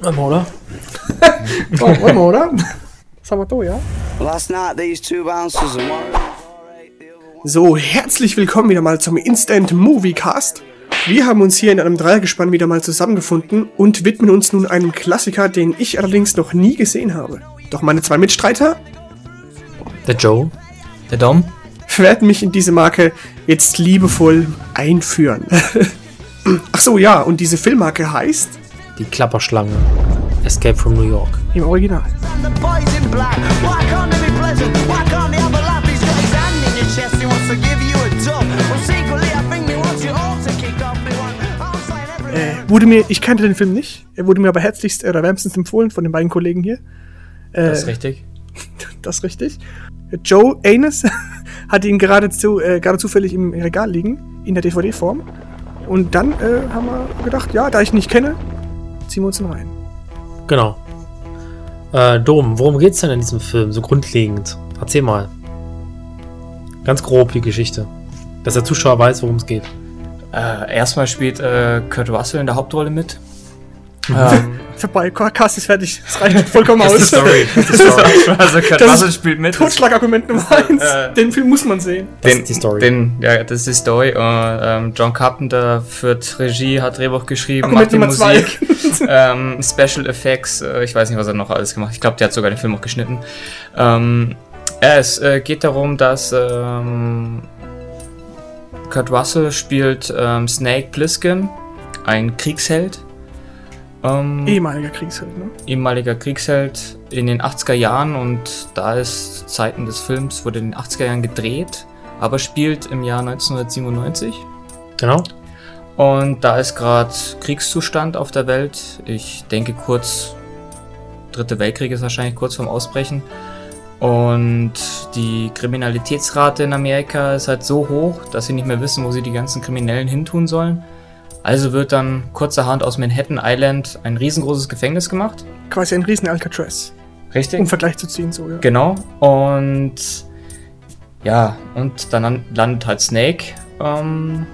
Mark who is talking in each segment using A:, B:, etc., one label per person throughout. A: Warte mal, oder?
B: Oh, warte mal, oder? Sag mal du, ja?
C: Last night these two bouncers and one.
B: So, herzlich willkommen wieder mal zum Instant Moviecast. Wir haben uns hier in einem Dreiergespann wieder mal zusammengefunden und widmen uns nun einem Klassiker, den ich allerdings noch nie gesehen habe. Doch meine zwei Mitstreiter
A: Der Joe. Der Dom.
B: werden mich in diese Marke jetzt liebevoll einführen. Ach so, ja, und diese Filmmarke heißt
A: Die Klapperschlange. Escape from New York.
B: im Original.
D: The boys in black. Why can't they be pleasant? Why can't they have a laugh? He's got his hand in your chest. He wants to give you a dub. Well, secretly, I think they want you all to kick off. They want outside every.
B: Äh, wurde mir, ich kannte den Film nicht, er wurde mir aber herzlichst äh, oder wärmstens empfohlen von den beiden Kollegen hier.
A: Das ist richtig.
B: Das ist richtig. Joe Anis hat ihn geradezu, äh, gerade zufällig im Regal liegen, in der DVD-Form. Und dann äh, haben wir gedacht, ja, da ich ihn nicht kenne, ziehen wir uns ihn rein.
A: Genau. Äh, Dom, worum geht's denn in diesem Film? So grundlegend. Erzähl mal. Ganz grob die Geschichte. Dass der Zuschauer weiß, worum es geht.
E: Äh, erstmal spielt äh, Kurt Russell in der Hauptrolle mit.
B: Mhm.
E: ähm,
B: Vorbei, Cast ist fertig. Das reicht vollkommen aus.
A: Das ist die
E: so,
A: Story.
E: also Kurt
B: Das
E: Russell
B: ist
E: spielt mit.
B: Totschlagargument Nummer eins.
E: äh,
B: den Film muss man sehen.
A: Das ist die Story.
E: Den, ja, das ist die Story. Äh, ähm, John Carpenter führt Regie, hat Drehbuch geschrieben, macht
B: Argument
E: die
B: Nummer zwei.
E: Musik, ähm, Special Effects, äh, ich weiß nicht, was er noch alles gemacht hat. Ich glaube, der hat sogar den Film auch geschnitten. Ähm, ja, es äh, geht darum, dass ähm, Kurt Russell spielt ähm, Snake Plissken, ein Kriegsheld. Ähm,
B: Ehemaliger Kriegsheld, ne?
E: ehemaliger Kriegsheld in den 80er Jahren und da ist Zeiten des Films, wurde in den 80er Jahren gedreht, aber spielt im Jahr 1997.
A: Genau.
E: Und da ist gerade Kriegszustand auf der Welt. Ich denke kurz, Dritte Weltkrieg ist wahrscheinlich kurz vorm Ausbrechen. Und die Kriminalitätsrate in Amerika ist halt so hoch, dass sie nicht mehr wissen, wo sie die ganzen Kriminellen hintun sollen. Also wird dann kurzerhand aus Manhattan Island ein riesengroßes Gefängnis gemacht.
B: Quasi ein riesen Alcatraz.
E: Richtig.
B: Um Vergleich zu ziehen, so, ja.
E: Genau. Und ja, und dann lan- landet halt Snake, ähm,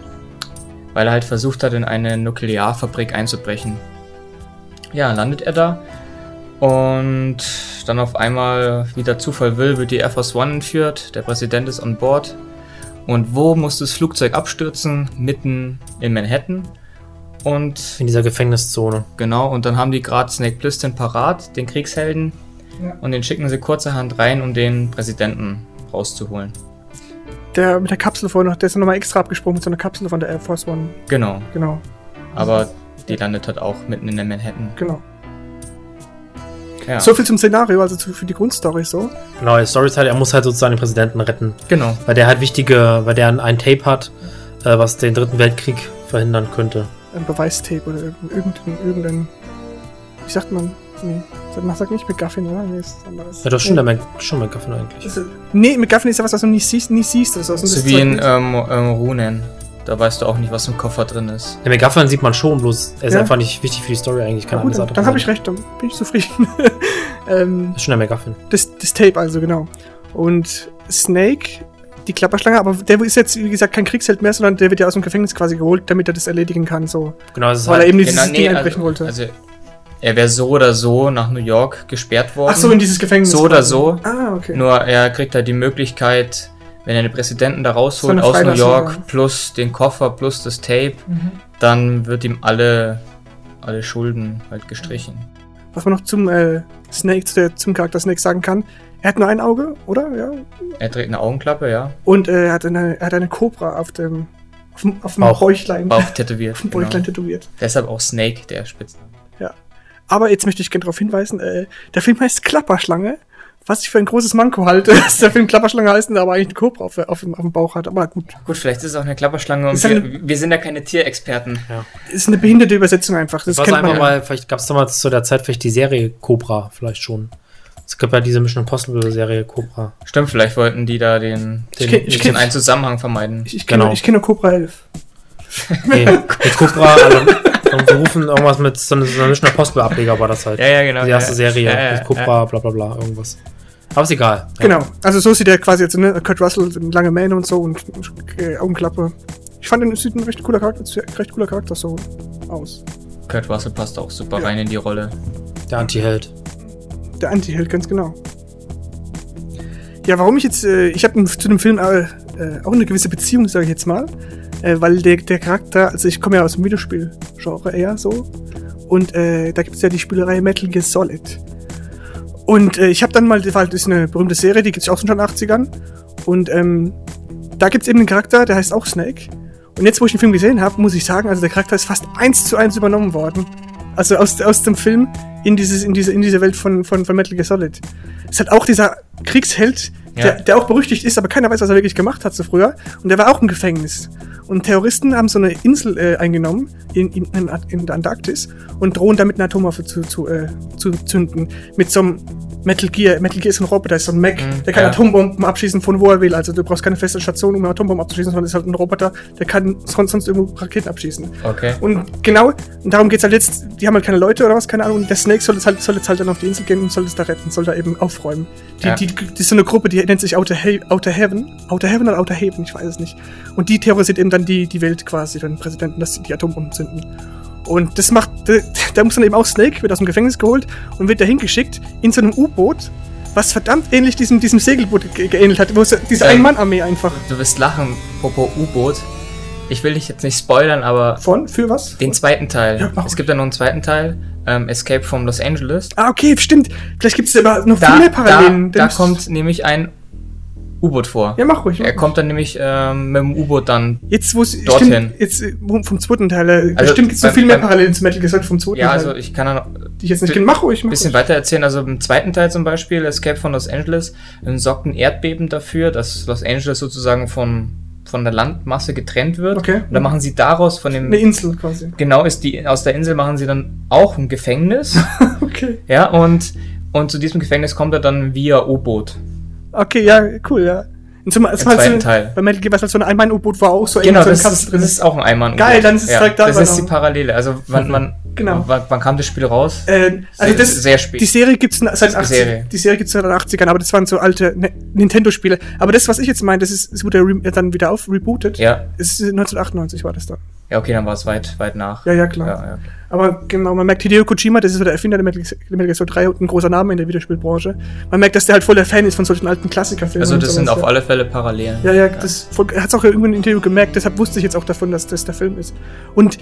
E: weil er halt versucht hat, in eine Nuklearfabrik einzubrechen. Ja, landet er da. Und dann auf einmal, wie der Zufall will, wird die Air Force One entführt. Der Präsident ist an Bord. Und wo muss das Flugzeug abstürzen? Mitten in Manhattan. Und
A: In dieser Gefängniszone.
E: Genau, und dann haben die gerade Snake Plissken parat, den Kriegshelden, und den schicken sie kurzerhand rein, um den Präsidenten rauszuholen.
B: Der mit der Kapsel vorhin noch, der ist nochmal extra abgesprungen mit so einer Kapsel von der Air Force One.
E: Genau,
B: Genau,
E: aber die landet halt auch mitten in der Manhattan.
B: genau.
E: Ja,
B: So viel zum Szenario, also zu, für die Grundstory so.
A: Genau, die Story ist halt, er muss halt sozusagen den Präsidenten retten.
E: genau.
A: Weil der halt wichtige, weil der ein, ein Tape hat, äh, was den dritten Weltkrieg verhindern könnte.
B: ein Beweistape oder irgendein, irgendein, irgendein wie sagt man? Nee, sagt- man sagt nicht McGuffin, oder? Nee, ist was anderes.
A: Ja, das ist schon
B: nee.
A: der Mac, schon MacGuffin eigentlich.
B: Ist- Nee, McGuffin ist ja was, was du nicht siehst, nicht siehst oder so. Also Das
E: So
B: ist
E: wie
B: Zeug
E: in
B: nicht.
E: ähm, ähm, Runen. Da weißt du auch nicht, was im Koffer drin ist.
A: Der MacGuffin sieht man schon, bloß er ist
B: Ja.
A: einfach nicht wichtig für die Story eigentlich. Keine
B: Ja,
A: Ahnung.
B: gut, dann dann habe ich recht, dann bin ich zufrieden. ähm,
A: Das ist schon der MacGuffin.
B: das, das Tape also, genau. Und Snake, die Klapperschlange, aber der ist jetzt, wie gesagt, kein Kriegsheld mehr, sondern der wird ja aus dem Gefängnis quasi geholt, damit er das erledigen kann, so.
A: Genau, es ist
B: Weil er
A: halt,
B: eben dieses Ding einbrechen wollte.
E: also, also er wäre so oder so nach New York gesperrt worden.
B: Ach so, in dieses Gefängnis.
E: So oder
B: quasi.
E: so.
B: Ah, okay.
E: Nur er kriegt halt die Möglichkeit, wenn er den Präsidenten da
B: So
E: rausholt
B: eine
E: aus New
B: Freilassung, Mhm.
E: York,
B: ja.
E: plus den Koffer, plus das Tape, dann wird ihm alle, alle Schulden halt gestrichen.
B: Was man noch zum äh, Snake, zu der, zum Charakter Snake sagen kann, er hat nur ein Auge, oder? Ja,
E: Er trägt eine Augenklappe, ja.
B: Und äh, er, hat eine, er hat eine Kobra auf dem, auf dem, auf dem
A: Bauch.
B: Bäuchlein, auf
E: Bauch tätowiert.
B: dem
E: genau.
B: Bäuchlein tätowiert.
E: Deshalb auch Snake, der Spitzname.
B: Aber jetzt möchte ich gerne darauf hinweisen, äh, der Film heißt Klapperschlange, was ich für ein großes Manko halte, dass der Film Klapperschlange heißt und er aber eigentlich eine Kobra auf, auf, dem, auf dem Bauch hat. Aber gut,
E: Gut, vielleicht ist es auch eine Klapperschlange und
B: Ist eine-
E: wir, wir sind ja keine Tierexperten.
B: ist eine behinderte Übersetzung einfach. Das
A: das war
B: kennt man
A: einfach
B: ja.
A: mal, vielleicht gab es damals zu der Zeit vielleicht die Serie Cobra, vielleicht schon. Es gab ja diese Mission Impossible Serie Cobra.
E: Stimmt, vielleicht wollten die da den,
A: Ich
E: den,
B: kenn- ich
E: den
B: kenn-
E: einen Zusammenhang vermeiden.
B: Ich, ich kenne
A: Genau.
B: ich kenne Cobra 11.
A: Nee, die Cobra, also, und wir rufen irgendwas mit so einer so einer Mission Impossible Ableger war das halt.
E: Ja, ja, genau.
A: Die erste
E: Ja,
A: Serie.
E: ja, ja,
A: mit Cobra, bla bla bla, irgendwas. Aber ist egal. Ja.
B: Genau, also so sieht er quasi jetzt, ne? Kurt Russell, lange Mähne und so und äh, Augenklappe. Ich fand, den sieht ein recht cooler Charakter, recht cooler Charakter so aus.
E: Kurt Russell passt auch super
B: Ja.
E: rein in die Rolle.
A: Der Anti-Held.
B: Der Anti-Held, ganz genau. Ja, warum ich jetzt, äh, ich habe zu dem Film äh, äh, auch eine gewisse Beziehung, sage ich jetzt mal, äh, weil der, der Charakter, also ich komme ja aus dem Videospiel-Genre eher so, und äh, da gibt es ja die Spielerei Metal Gear Solid. Und äh, ich habe dann mal, weil das ist eine berühmte Serie, die gibt es auch schon in den 80ern, und ähm, da gibt es eben einen Charakter, der heißt auch Snake. Und jetzt, wo ich den Film gesehen habe, muss ich sagen, also der Charakter ist fast eins zu eins übernommen worden. Also aus, aus dem Film in, dieses, in, diese, in diese Welt von, von, von Metal Gear Solid. Es hat auch dieser Kriegsheld,
E: Ja.
B: der, der auch berüchtigt ist, aber keiner weiß, was er wirklich gemacht hat so früher. Und der war auch im Gefängnis. Und Terroristen haben so eine Insel äh, eingenommen in, in, in, Ant- in der Antarktis und drohen damit eine Atomwaffe zu, zu, äh, zu zünden. Mit so einem Metal Gear. Metal Gear ist ein Roboter, ist so ein Mac,
E: Mhm,
B: der kann
E: ja.
B: Atombomben abschießen, von wo er will. Also du brauchst keine feste Station, um eine Atombombe abzuschießen, sondern ist halt ein Roboter, der kann sonst, sonst irgendwo Raketen abschießen.
E: Okay.
B: Und genau, und darum geht's halt jetzt, die haben halt keine Leute oder was, keine Ahnung, und der Snake soll jetzt halt, soll jetzt halt dann auf die Insel gehen und soll es da retten, soll da eben aufräumen. Die,
E: Ja.
B: die, die ist so eine Gruppe, die nennt sich Outer, He Outer Heaven, Outer Heaven oder Outer Haven, ich weiß es nicht. Und die terrorisiert eben dann die, die Welt quasi, den Präsidenten, dass sie die Atombomben zünden. Und das macht, da- da muss dann eben auch Snake, wird aus dem Gefängnis geholt und wird dahin geschickt in so einem U-Boot, was verdammt ähnlich diesem, diesem Segelboot ge geähnelt hat, wo es diese
E: Ähm.
B: Ein-Mann-Armee einfach.
E: Du wirst lachen, Popo U-Boot. Ich will dich jetzt nicht spoilern, aber
B: Von? Für was?
E: den zweiten Teil.
B: Ja, mach
E: es gibt ja noch einen zweiten Teil, ähm, Escape from Los Angeles.
B: Ah, okay, stimmt. Vielleicht gibt es aber noch
E: Da,
B: viele Parallelen.
E: da, da
B: Dann-
E: kommt nämlich ein U-Boot vor.
B: Ja, mach ruhig. Mach
E: er
B: ruhig.
E: kommt dann nämlich ähm, mit dem U-Boot dann.
B: Jetzt, wo es.
E: dorthin.
B: Stimmt, jetzt äh, wo- vom zweiten Teil. äh,
E: Also,
B: bestimmt gibt es noch
E: beim-
B: viel mehr
E: beim-
B: Parallelen zu Metal Gear Solid vom zweiten
E: Ja,
B: Teil.
E: also ich kann da noch
B: die ich jetzt nicht
E: bi-
B: kenne. Mach ruhig, mach
E: bisschen
B: ruhig.
E: weiter erzählen. Also im zweiten Teil zum Beispiel, Escape von Los Angeles, ähm, sorgt ein Erdbeben dafür, dass Los Angeles sozusagen von, von der Landmasse getrennt wird.
B: Okay.
E: Und dann machen sie daraus von dem.
B: Eine Insel quasi.
E: genau ist die, aus der Insel machen sie dann auch ein Gefängnis.
B: Okay.
E: ja, und, und zu diesem Gefängnis kommt er dann via U-Boot.
B: Okay, ja, cool, ja. Und zum, es war halt so,
E: zweiten Teil.
B: Bei Metal Gear war es halt so ein Einmann-U-Boot, war auch so
E: Genau,
B: so ein
E: das, ist- das ist auch ein Einmann.
B: Geil, dann ist es direkt da
E: Das
B: dann
E: ist die
B: auch.
E: Parallele. Also wann, wann,
B: Genau.
E: wann, wann kam das Spiel raus?
B: Äh,
E: Sehr-
B: also das,
E: sehr spät.
B: Die Serie gibt es seit, den 80
E: Serie.
B: die Serie gibt's seit den 80ern, aber das waren so alte Ne- Nintendo-Spiele. Aber das, was ich jetzt meine, das ist, es wurde ja re- dann wieder auf rebootet.
E: Ja.
B: Es ist 1998 war das dann.
E: Ja, okay, dann war es weit, weit nach.
B: Ja, ja, klar.
E: Ja,
B: Aber genau, man merkt Hideo Kojima, das ist so der Erfinder der Metal Gear- Metal Gear Solid 3 und ein großer Name in der Videospielbranche. Man merkt, dass der halt voller Fan ist von solchen alten Klassikerfilmen.
E: Also
B: und
E: das
B: sowas,
E: sind auf
B: ja.
E: alle Fälle Parallelen.
B: Ja, ja, das hat es auch irgendwo in einem Interview gemerkt, deshalb wusste ich jetzt auch davon, dass das der Film ist. Und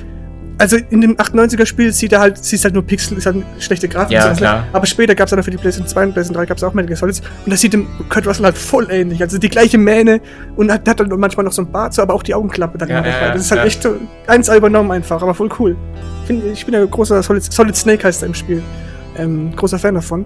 B: also in dem 98er-Spiel sieht er halt, siehst halt nur Pixel, ist halt eine schlechte Grafik.
E: Ja,
B: und sowas, ne?
E: klar.
B: Aber später gab es dann auch für die PlayStation 2 und PlayStation 3 gab es auch Metal Gear Solid. Und das sieht dem Kurt Russell halt voll ähnlich. Also die gleiche Mähne und hat, hat dann manchmal noch so ein Bart, so, aber auch die Augenklappe dann
E: Ja,
B: immer
E: ja,
B: dabei.
E: ja,
B: Das ist halt
E: ja.
B: echt so eins übernommen einfach, aber voll cool. Find, ich bin ja großer Solid, Solid Snake heißt er im Spiel. Ähm, großer Fan davon.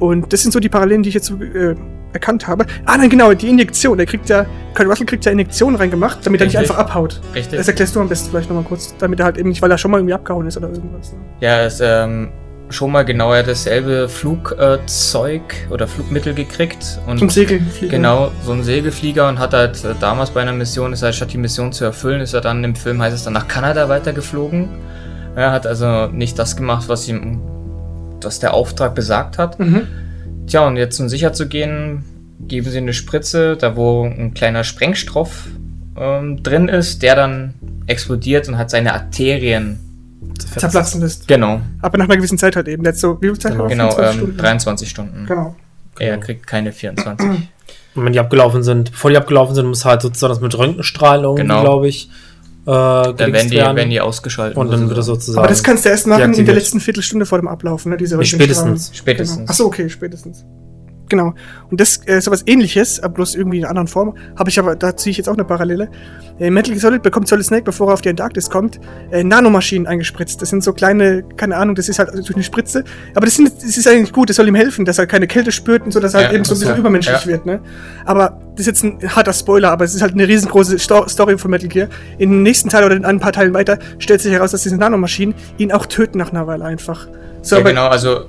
B: Und das sind so die Parallelen, die ich jetzt so, äh, erkannt habe. Ah, nein, genau, die Injektion. Er kriegt ja, Kurt Russell kriegt ja Injektionen reingemacht, damit er nicht
E: Richtig.
B: einfach abhaut.
E: Richtig.
B: Das erklärst du am besten vielleicht nochmal kurz, damit er halt eben nicht, weil er schon mal irgendwie abgehauen ist oder irgendwas. Ne?
E: Ja, ist ähm, schon mal genauer dasselbe Flugzeug äh, oder Flugmittel gekriegt. Und
B: Zum Segeln fliegen.
E: Genau, so ein Segelflieger und hat halt äh, damals bei einer Mission, ist halt statt die Mission zu erfüllen, ist er dann im Film heißt es dann nach Kanada weitergeflogen. Er hat also nicht das gemacht, was ihm, was der Auftrag besagt hat.
B: Mhm.
E: Tja, und jetzt um sicher zu gehen, geben sie eine Spritze, da wo ein kleiner Sprengstoff ähm, drin ist, der dann explodiert und hat seine Arterien.
B: Zerplatzen lässt.
E: Genau,
B: Aber nach einer gewissen Zeit halt eben. Jetzt so, wie viel Zeit
A: Genau.
B: hat er?
E: genau, ähm,
B: 24 Stunden?
E: 23 Stunden.
B: Genau.
E: Er kriegt keine 24.
A: Und wenn die abgelaufen sind, bevor die abgelaufen sind, muss halt sozusagen das mit Röntgenstrahlen irgendwie,
E: Genau.
A: glaube ich, äh,
E: dann werden
A: gelixt
E: die,
A: werden.
E: werden die ausgeschaltet.
A: und dann wird das
E: sozusagen.
A: sozusagen.
B: Aber das kannst du erst machen in der
A: Deaktiviert.
B: letzten Viertelstunde vor dem Ablaufen, ne? Diese
A: Nee, spätestens.
B: Röntgenstrahlen.
E: Spätestens.
B: Genau. Achso, okay, spätestens. Genau. Und das äh, sowas ähnliches, aber bloß irgendwie in einer anderen Form, habe ich aber, da ziehe ich jetzt auch eine Parallele. Äh, Metal Gear Solid bekommt Solid Snake, bevor er auf die Antarktis kommt, äh, Nanomaschinen eingespritzt. Das sind so kleine, keine Ahnung, das ist halt durch eine Spritze. Aber das, sind, das ist eigentlich gut, das soll ihm helfen, dass er keine Kälte spürt und so, dass er
E: Ja,
B: halt eben so
E: das
B: ein bisschen
E: ist ja-
B: übermenschlich
E: ja.
B: wird, ne? Aber das ist jetzt ein harter Spoiler, aber es ist halt eine riesengroße Sto Story von Metal Gear. In dem nächsten Teil oder in ein paar Teilen weiter stellt sich heraus, dass diese Nanomaschinen ihn auch töten nach einer Weile einfach. So,
E: ja,
B: aber-
E: genau, also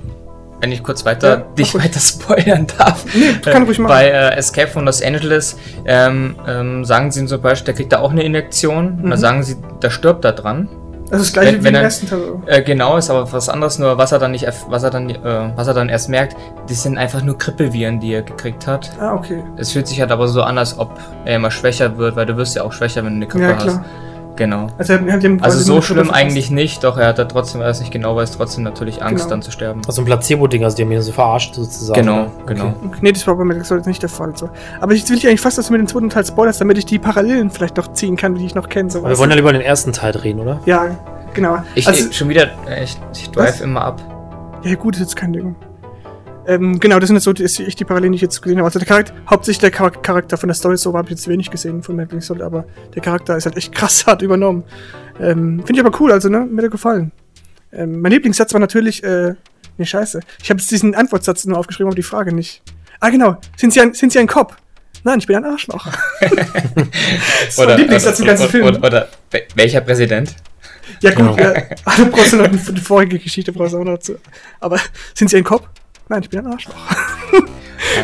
E: wenn ich kurz weiter
B: Ja, mach
E: dich
B: ruhig.
E: weiter spoilern darf. Nee,
B: kann ruhig machen.
E: Bei äh, Escape from Los Angeles ähm, ähm, sagen sie ihm zum Beispiel, der kriegt da auch eine Injektion. Und
B: Mhm.
E: da sagen sie, der stirbt da dran.
B: Also das gleiche
E: Wenn-
B: wie
E: wenn
B: im
E: er-
B: ersten Teil. oder?
E: Äh, genau, ist aber was anderes, nur was er dann nicht erf- was er dann, äh, was er dann erst merkt, das sind einfach nur Krippeviren, die er gekriegt hat.
B: Ah, okay.
E: Es fühlt sich halt aber so an, als ob er immer schwächer wird, weil du wirst ja auch schwächer, wenn du eine Krippe
B: Ja,
E: hast.
B: klar.
E: Genau.
B: Also, habt ihr ihm
E: Also
B: quasi
E: so
B: nur die Schulter
E: schlimm
B: verpasst?
E: eigentlich nicht, doch er hat da trotzdem, weil er es nicht genau weiß, trotzdem natürlich Angst
B: Genau.
E: dann zu sterben.
A: Also ein Placebo-Ding, also die haben ihn so verarscht sozusagen.
E: Genau,
A: ne?
E: genau.
A: Okay.
B: Okay, Nee, das war bei Metal Gear Solid nicht der Fall. So. Aber jetzt will ich eigentlich fast, dass du mir den zweiten Teil spoilerst, damit ich die Parallelen vielleicht noch ziehen kann, die ich noch kenne. So
A: Aber wir wollen ja lieber über den ersten Teil reden, oder?
B: ja, genau.
E: Ich
B: also,
E: schon wieder, äh, ich, ich
B: Was?
E: drive immer ab.
B: ja, gut, ist jetzt kein Ding. Ähm, genau, das sind jetzt so die, ich die Parallelen, die ich jetzt gesehen habe. Also der Charakter, hauptsächlich der Char Charakter von der Story, so habe ich jetzt wenig gesehen von Metal Gear Solid, aber der Charakter ist halt echt krass hart übernommen. Ähm, Finde ich aber cool, also, ne? Mir hat er gefallen. Ähm, mein Lieblingssatz war natürlich, äh, nee, scheiße. Ich habe jetzt diesen Antwortsatz nur aufgeschrieben, aber die Frage nicht. Ah, genau. Sind Sie ein, sind Sie ein Cop? Nein, ich bin ein Arschloch. das war mein Lieblingssatz im ganzen
E: oder,
B: Film.
E: Oder, oder wel- welcher Präsident?
B: Ja gut,
A: Genau.
B: ja. Ah, du brauchst ja noch eine eine vorige Geschichte, brauchst du auch noch dazu. Aber sind sie ein Kopf? Nein, ich bin ein Arschloch.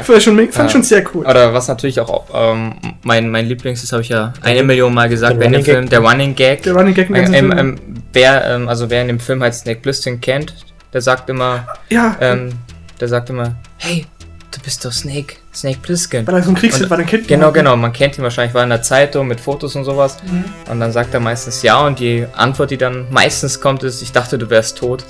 B: fand ich schon, fand ich
E: Ja.
B: schon sehr cool.
E: Ähm, Oder was natürlich auch ähm, mein, mein Lieblings ist, habe ich ja eine Million Mal gesagt,
A: Der
E: wenn der
A: Running Gag.
E: Film, der Running Gag.
B: Der Running Gag im ganzen
E: äh, ähm,
B: Film.
E: ähm, wer, ähm, also wer in dem Film halt Snake Plissken kennt, der sagt immer,
B: ja,
E: ähm, der sagt immer, hey, du bist doch Snake, Snake Plissken.
B: weil er so ein Kriegshit
E: und-
B: war, Mhm. dann kennt
E: Genau, genau. Man kennt ihn wahrscheinlich, war in der Zeitung mit Fotos und sowas. Und dann sagt er meistens ja und die Antwort, die dann meistens kommt, ist, ich dachte, du wärst tot.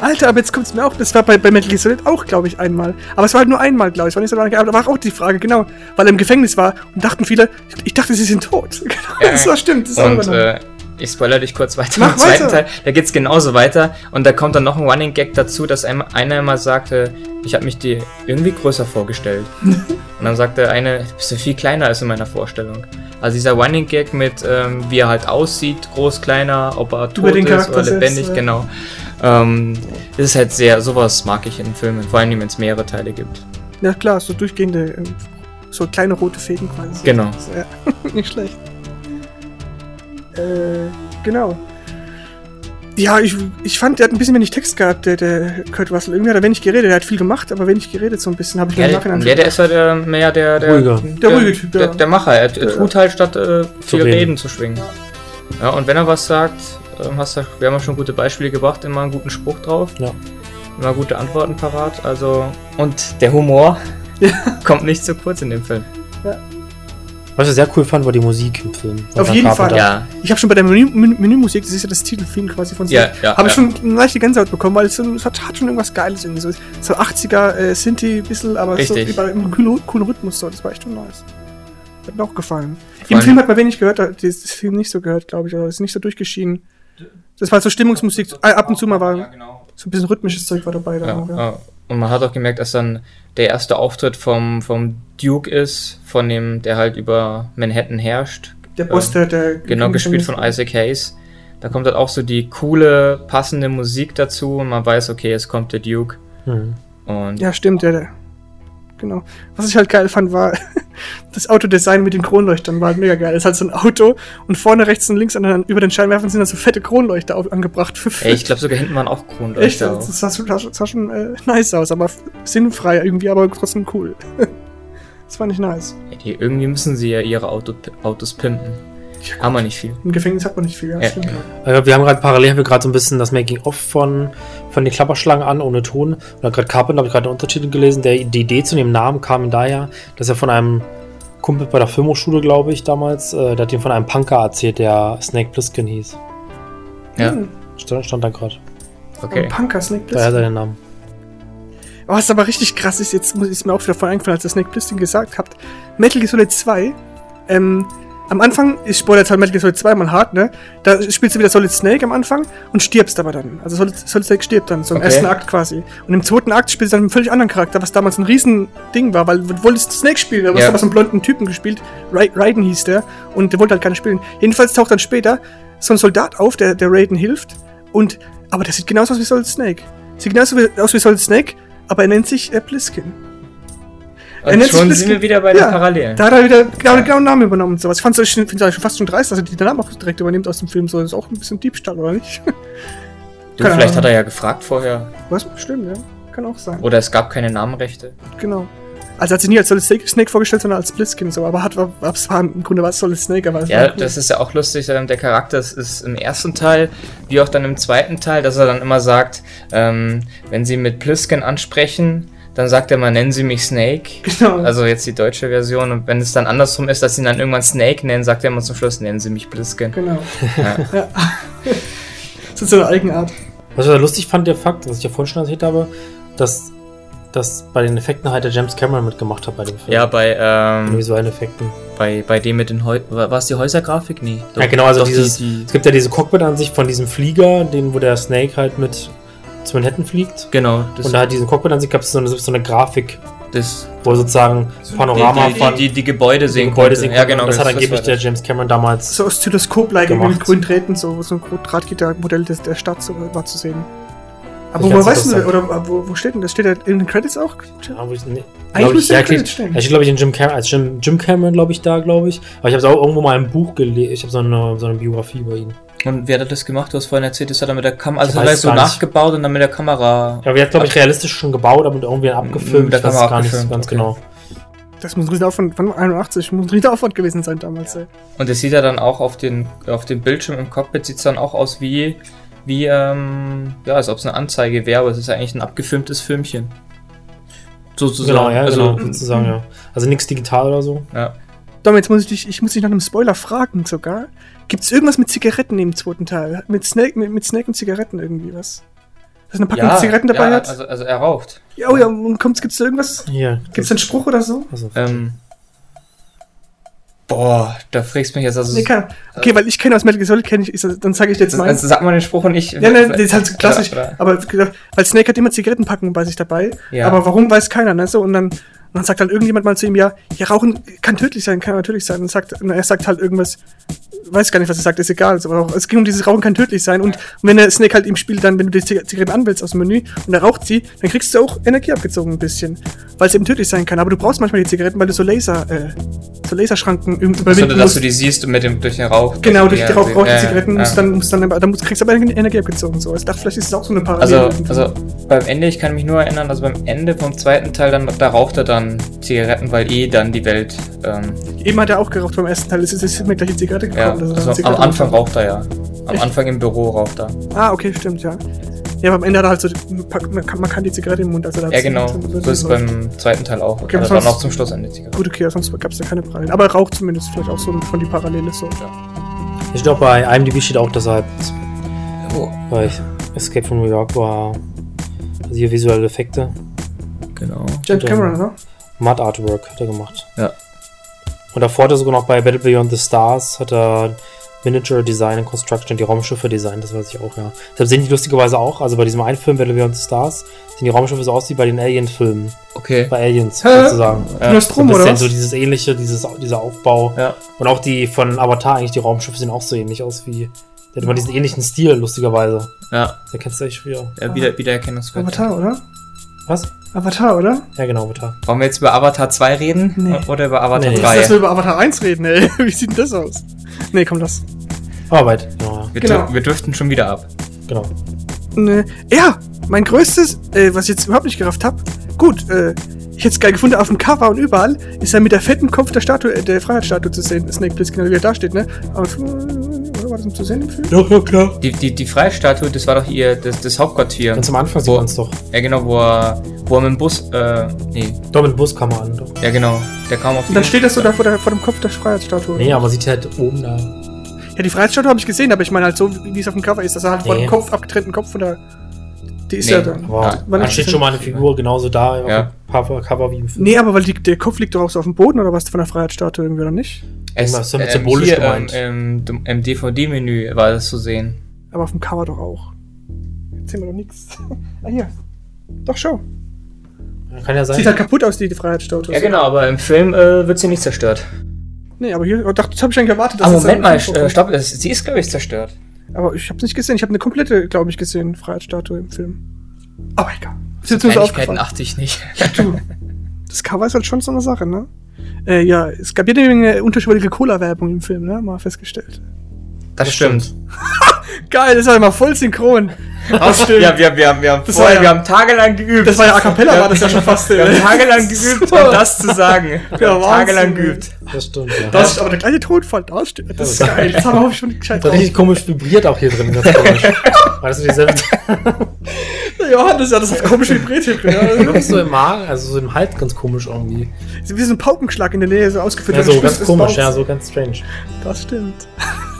B: Alter, aber jetzt kommt's mir auch, das war bei, bei Metal Gear Solid auch, glaube ich, einmal. Aber es war halt nur einmal, glaube ich. Es War nicht so lange, aber da war auch die Frage, genau. Weil er im Gefängnis war und dachten viele, ich, ich dachte, sie sind tot. Genau, das war stimmt. Das war
E: und
B: übernommen.
E: äh, ich spoilere dich kurz weiter
B: Mach
E: im zweiten
B: weiter.
E: Teil. Da geht's genauso weiter. Und da kommt dann noch ein Running Gag dazu, dass einem, einer immer sagte, ich habe mich dir irgendwie größer vorgestellt. und dann sagte eine, bist du viel kleiner als in meiner Vorstellung. Also dieser Running Gag mit, ähm, wie er halt aussieht, groß, kleiner, ob er tot
B: den
E: ist
B: Charakter
E: oder
B: selbst,
E: lebendig,
B: ja.
E: genau. Ähm, das ist halt sehr, sowas mag ich in Filmen, vor allem wenn es mehrere Teile gibt.
B: ja klar, so durchgehende, ähm, so kleine rote Fäden quasi.
E: Genau.
B: Ja, nicht schlecht. Äh, genau. Ja, ich, ich fand, der hat ein bisschen wenig Text gehabt, der, der Kurt Russell. Irgendwie hat er wenig geredet, er hat viel gemacht, aber wenig geredet so ein bisschen, habe ich
E: Ja,
B: mir im
E: der,
B: Nachhinein
E: ja, der ist halt äh, mehr der, der,
A: Ruhiger.
E: der,
B: Der ruhige Typ,
E: der,
B: ja.
E: der Macher. Er, er tut halt statt äh, viel
A: reden.
E: reden. zu schwingen. Ja, und wenn er was sagt, ähm, hast du, wir haben ja schon gute Beispiele gebracht, immer einen guten Spruch drauf,
A: Ja.
E: immer gute Antworten parat. Also und der Humor kommt nicht zu kurz in dem Film.
A: Was ich sehr cool fand, war die Musik im Film.
B: Auf jeden Fall. Ja.
E: Ja,
B: Ich habe schon bei der Menü, Menü, Menümusik, das ist ja das Titelfilm quasi von
E: Ja,
B: Sonic,
E: ja,
B: habe ich
E: ja.
B: schon eine leichte Gänsehaut bekommen, weil es, so, es hat, hat schon irgendwas Geiles irgendwie so. So 80er äh, Sinti, bisschen, aber so
E: Richtig.
B: über im coolen, coolen Rhythmus so, das war echt schon nice. Hat mir auch gefallen. Im
E: allem-
B: Film hat man wenig gehört, da- das, das Film nicht so gehört, glaube ich, oder ist nicht so durchgeschienen. Das war so Stimmungsmusik, so- Ah, ab und zu mal war so ein bisschen rhythmisches Zeug war dabei. Da
E: ja,
B: auch, ja.
E: ja. Und man hat auch gemerkt, dass dann der erste Auftritt vom, vom Duke ist, von dem, der halt über Manhattan herrscht.
B: Der Boss,
E: Ähm,
B: der, der
E: Genau, gespielt von Isaac Hayes. Da kommt halt auch so die coole, passende Musik dazu und man weiß, okay, es kommt der Duke.
A: Mhm.
E: Und
B: Ja, stimmt, der, der. Genau. Was ich halt geil fand, war das Autodesign mit den Kronleuchtern war halt mega geil. Es ist halt so ein Auto und vorne, rechts und links an, den- über den Scheinwerfern sind dann so fette Kronleuchter auf, angebracht. Für, für,
E: ey, ich glaube sogar hinten waren auch
B: Echt,
E: Kronleuchter.
B: das sah schon, sah schon- sah schon äh, nice aus, aber f- sinnfrei irgendwie, aber trotzdem cool. das fand ich nice.
E: Ey, die- irgendwie müssen sie ja ihre Auto, Autos pimpen. Haben wir nicht viel.
B: Im Gefängnis hat man nicht viel. Ja,
E: Ja.
B: stimmt.
A: Äh, Wir haben gerade parallel haben wir gerade so ein bisschen das Making-of von, von den Klapperschlangen an, ohne Ton. Und da hat gerade Carpenter, habe ich gerade einen Untertitel gelesen. Der, die Idee zu dem Namen kam daher, dass er von einem Kumpel bei der Filmhochschule, glaube ich, damals, äh, der hat ihm von einem Punker erzählt, der Snake Plissken hieß.
E: Ja,
A: Stand, stand da gerade.
E: okay.
B: Und Punker, Snake
A: Daher
B: Plissken.
A: hat er den Namen.
B: Was aber richtig krass ist, jetzt muss- ist mir auch wieder vorhin eingefallen, als ihr Snake Plissken gesagt habt. Metal Gear Solid 2, ähm, am Anfang, ich spoilere jetzt halt Metal Gear Solid 2 mal hart, ne? Da spielst du wieder Solid Snake am Anfang und stirbst aber dann. Also Solid, Solid Snake stirbt dann, so im
E: Okay.
B: ersten Akt quasi. Und im zweiten Akt spielst du dann einen völlig anderen Charakter, was damals ein Riesending war, weil du wolltest Snake spielen, aber
E: Ja.
B: hast aber so einen blonden Typen gespielt, Ra Raiden hieß der, und der wollte halt keiner spielen. Jedenfalls taucht dann später so ein Soldat auf, der, der Raiden hilft, und, aber der sieht genauso aus wie Solid Snake. Sieht genauso wie, aus wie Solid Snake, aber er nennt sich äh, Bliskin. Er
E: Und
B: nennt sich
E: schon
B: Bliskin.
E: sind wir wieder bei
B: Ja.
E: den Parallelen.
B: Da hat er wieder genau den genauen Namen übernommen und sowas. Ich fand es schon, find's schon fast schon dreist, dass er den Namen auch direkt übernimmt aus dem Film. So, das ist auch ein bisschen Diebstahl, oder nicht?
E: Du,
B: keine
E: vielleicht
B: Ahnung.
E: hat er ja gefragt vorher.
B: Was? Stimmt, ja. Kann auch sein.
E: Oder es gab keine Namenrechte.
B: Genau. Also hat sich nie als Solid Snake, Snake vorgestellt, sondern als Bliskin so. Aber hat, war, es war im Grunde war es Solid Snake, aber es
E: Ja,
B: war cool.
E: das ist ja auch lustig. ähm, Der Charakter ist- ist im ersten Teil, wie auch dann im zweiten Teil, dass er dann immer sagt, ähm, wenn sie mit Plüsken ansprechen, dann sagt er mal, nennen Sie mich Snake.
B: Genau.
E: Also jetzt die deutsche Version. Und wenn es dann andersrum ist, dass sie ihn dann irgendwann Snake nennen, sagt er immer zum Schluss, nennen Sie mich Blisken.
B: Genau. Ja. das ist so eine Eigenart.
A: Was ich da lustig fand, der Fakt, was ich ja vorhin schon erzählt habe, dass, dass bei den Effekten halt der James Cameron mitgemacht hat bei dem Film.
E: Ja, bei,
A: Bei den
E: ähm,
A: visuellen Effekten.
E: bei, bei dem mit den Häu war war es die Häusergrafik? Nee.
A: ja, genau, also
E: Doch,
A: dieses,
E: die,
A: es
E: die,
A: gibt ja diese Cockpit-Ansicht von diesem Flieger, den, wo der Snake halt mit zu Manhattan fliegt.
E: genau, das,
A: Und da hat diesen Cockpit-Ansicht gab es so eine, so eine Grafik,
E: das
A: wo er sozusagen Panorama
E: die,
A: von
E: die, die, die Gebäude sehen
A: Gebäude
E: konnte.
A: sehen
E: Ja,
A: konnte.
E: genau.
A: Und Das, hat
E: war
A: angeblich der James Cameron damals.
B: So aus Teleskop-like
A: Gemacht.
B: mit grünen Drähten, so, so ein Drahtgittermodell des, der Stadt so war zu sehen. Aber
A: Ich
B: wo
A: ganz
B: weißt du,
A: interessant.
B: oder wo, wo steht denn das? Steht da in den Credits auch?
A: Ja, wo ich, nee,
B: Eigentlich müsste
A: glaub ich, ja, Also
B: der
A: steht,
B: Credit stehen.
A: er steht, glaube ich, in Jim Cameron, als Jim, Jim Cameron, glaube ich, da, glaube ich. Aber ich habe es auch irgendwo mal im Buch gelesen. Ich habe so eine, so eine Biografie über ihn.
E: Und wer hat das gemacht? Du hast vorhin erzählt, das hat er mit der Kamera, also
A: Ich
E: hat
A: weiß
E: er so
A: gar nicht.
E: nachgebaut und dann mit der Kamera.
A: Ja, aber er hat, glaube ich, realistisch schon gebaut, aber mit irgendwie abgefilmt.
E: Mit der
A: Ich weiß
E: Kamera
A: es gar nicht so
E: abgefilmt,
A: ganz
E: okay.
A: genau.
B: Das muss ein Riesenaufwand, wann 81, muss ein Riesenaufwand gewesen sein damals. ey.
E: Und das sieht er dann auch auf den, auf dem Bildschirm im Cockpit, sieht es dann auch aus wie, wie, ähm, ja, als ob es eine Anzeige wäre, aber es ist ja eigentlich ein abgefilmtes Filmchen. Sozusagen.
A: Genau, ja,
E: also,
A: genau, sozusagen, ja. Also nichts digital oder so.
E: Ja.
B: Dom, jetzt muss ich dich, ich muss dich nach einem Spoiler fragen sogar. Gibt's irgendwas mit Zigaretten im zweiten Teil? Mit Snake, mit, mit Snake und Zigaretten irgendwie was? Dass er eine Packung
E: ja,
B: Zigaretten dabei
E: ja,
B: hat?
E: Also, also er raucht.
B: ja, oh ja, und kommt, gibt's da irgendwas?
A: Hier.
B: Gibt's da einen Spruch oder so?
A: also,
E: Ähm, boah, da frägst mich jetzt also.
B: Nee, keine. Ahnung. Okay, weil ich kenne aus Metal Solid, kenne ich, ich, dann sage ich dir jetzt meinen.
E: also, sag mal den Spruch und ich.
B: Ja, nein, das ist halt so klassisch.
E: Oder, oder,
B: Aber wie gesagt, weil Snake hat immer Zigarettenpacken bei sich dabei.
E: Ja.
B: Aber warum weiß keiner, ne? So, und dann, und dann sagt halt irgendjemand mal zu ihm, ja, ja, Rauchen kann tödlich sein, kann natürlich sein. Und, sagt, und er sagt halt irgendwas, weiß gar nicht, was er sagt, ist egal. So, aber auch, es ging um dieses Rauchen kann tödlich sein. Und, wenn der Snake halt im Spiel dann, wenn du die Zig- Zigaretten anwählst aus dem Menü und er raucht sie, dann kriegst du auch Energie abgezogen ein bisschen. Weil es eben tödlich sein kann. Aber du brauchst manchmal die Zigaretten, weil du so Laser, äh, so Laserschranken üb-
E: so,
B: überwinden
E: dass
B: musst.
E: du die siehst und mit dem, durch den Rauch.
B: Genau, durch
E: Ja,
B: die Rauch,
E: ja,
B: Rauch die
E: ja,
B: Zigaretten
E: ja.
B: musst dann, musst dann, dann musst, kriegst du aber Energie abgezogen. So. Also, Ich dachte, vielleicht ist es auch so eine Parallele.
E: Also,
B: irgendwie.
E: also beim Ende, ich kann mich nur erinnern, also beim Ende vom zweiten Teil, dann, da raucht er dann Zigaretten, weil eh dann die Welt. Ähm,
B: Eben hat er auch geraucht beim ersten Teil. Es ist, es ist mir gleich die Zigarette gekommen.
E: ja,
B: dass er
E: also
B: dann
E: am
B: Zigarette
E: Anfang raucht
B: raucht.
E: er ja. Am
B: Echt?
E: Anfang im Büro raucht er.
B: Ah, okay, stimmt, ja. Ja, aber am Ende hat er halt so, die- pack- man kann, man kann die Zigarette im Mund. Also da
E: Ja,
B: hat's-
E: genau.
B: hat's-
E: So ist es beim zweiten Teil auch.
B: Okay,
E: Okay, also
B: sonst-
E: dann auch zum Schluss eine Zigarette.
B: Gut, okay, sonst gab es da keine Parallelen. Aber er raucht zumindest vielleicht auch so von die Parallele so.
A: ich glaube, bei IMDb steht auch, dass er halt
E: Oh,
A: bei Escape from New York war. Also hier visuelle Effekte.
E: genau.
B: James
A: Und,
B: Cameron,
A: ähm,
B: ne?
A: Mud Artwork hat er gemacht.
E: Ja.
A: Und davor hat er sogar noch bei Battle Beyond the Stars hat er Miniature Design and Construction, die Raumschiffe designt, das weiß ich auch, ja. Deshalb sehen die lustigerweise auch, also bei diesem einen Film Battle Beyond the Stars, sehen die Raumschiffe so aus wie bei den Alien-Filmen.
E: Okay.
A: Bei Aliens
B: Hä?
A: sozusagen.
E: Ja,
A: So ein
B: Nostrum, oder
A: bisschen
B: was?
A: so dieses ähnliche, dieses, dieser Aufbau.
E: Ja.
A: Und auch die von Avatar eigentlich, die Raumschiffe sehen auch so ähnlich aus wie. Der hat immer diesen ähnlichen Stil, lustigerweise.
E: Ja,
A: Da kennst du echt wieder.
E: ja wieder, wiedererkennungswert.
B: Avatar, oder?
A: Was?
B: Avatar, oder?
A: Ja, genau, Avatar.
E: Wollen wir jetzt über Avatar 2 reden?
B: Nee.
E: Oder über Avatar
A: Nee.
B: Lass
E: 3?
B: wir über Avatar 1 reden, ey. Wie sieht denn das aus? Nee, komm, lass.
A: Arbeit, genau.
E: Wir,
B: Genau.
E: dür- wir dürften schon wieder ab.
A: ja, genau.
B: Ne, ja, mein größtes, äh, was ich jetzt überhaupt nicht gerafft habe, gut, äh, ich hätte es geil gefunden, auf dem Cover und überall ist er mit der fetten Kopf der Statue, äh, der Freiheitsstatue zu sehen, Snake Plissken, wie er da steht, ne? Aber, äh, oder war das noch zu sehen im Film?
A: Ja, ja, klar.
E: Die, die, die Freistatue, das war doch ihr, das, das Hauptquartier.
A: Ganz am Anfang sieht
E: Wo-
A: man es doch.
E: Ja, genau, wo er, wo er mit dem Bus, äh, nee,
A: Doch, mit dem Bus kam er an. Doch.
E: ja genau, der kam auf
B: Und dann steht das so da vor, der, vor dem Kopf der Freiheitsstatue.
A: Nee, aber man sieht halt oben da.
B: Ja, die Freiheitsstatue habe ich gesehen, aber ich meine halt so, wie wie es auf dem Cover ist, dass er halt vor
A: Nee.
B: dem Kopf, abgetrennten Kopf von der. Die ist
E: Nee.
B: ja da.
A: Wow.
E: Ja,
A: da
B: man- halt
A: steht schon mal eine Figur genauso da. auf
E: Ja.
A: dem Cover, Cover wie im Film.
B: Nee, aber weil die, der Kopf liegt doch auch so auf dem Boden oder was von der Freiheitsstatue irgendwie oder nicht?
E: Es,
A: Was ist damit
E: ähm,
A: symbolisch
E: hier,
A: gemeint?
E: Ähm, im, Im DVD-Menü war das zu sehen.
B: Aber auf dem Cover doch auch. Erzähl mir doch nichts. ah, hier. Doch, schau.
A: Kann ja sein.
B: Sieht halt kaputt aus, die, die Freiheitsstatue.
E: Ja genau, aber im Film äh, wird sie nicht zerstört.
B: Nee, aber hier, oh, dachte, das habe ich eigentlich erwartet.
E: Aber
B: das
E: Moment
B: dann-
E: mal, äh, stopp, es- sie ist glaube ich zerstört.
B: Aber ich habe es nicht gesehen. Ich habe eine komplette, glaube ich, gesehen, Freiheitsstatue im Film. Aber egal. Das ist jetzt nur so
E: Kleinigkeiten
B: aufgefallen.
E: achte ich nicht.
B: Du, das Cover ist halt schon so eine Sache, ne? Äh, ja, es gab jede Menge unterschwellige Cola-Werbung im Film, ne? Mal festgestellt.
E: Das stimmt.
B: Geil, das war immer voll synchron. Das stimmt.
E: Ja, wir, wir, haben- wir, haben
B: Das
E: vorher,
B: war ja-
E: wir haben tagelang geübt.
B: Das war ja a cappella, war das ja schon fast.
E: Wir haben
B: äh,
E: tagelang geübt, um das zu sagen. Wir haben tagelang
B: Wahnsinn.
E: geübt.
A: Das stimmt, ja.
B: Das ist aber der gleiche Tonfall. Das, stimmt. das ist geil. Das haben wir hoffentlich schon gescheit
A: Das
B: drauf.
A: hat richtig komisch vibriert auch hier drin, ganz komisch. War das so dieselbe
B: Johannes, ja, das hat komisch vibriert hier drin. Ja.
A: Wirklich so im Magen, also so im Hals ganz komisch irgendwie.
B: Das ist wie so ein Paukenschlag in der Nähe, so ausgeführt.
A: Ja,
B: und am
A: so
B: Schluss
A: ganz
B: ist
A: komisch,
B: Bounce.
A: ja, so ganz strange.
B: Das stimmt.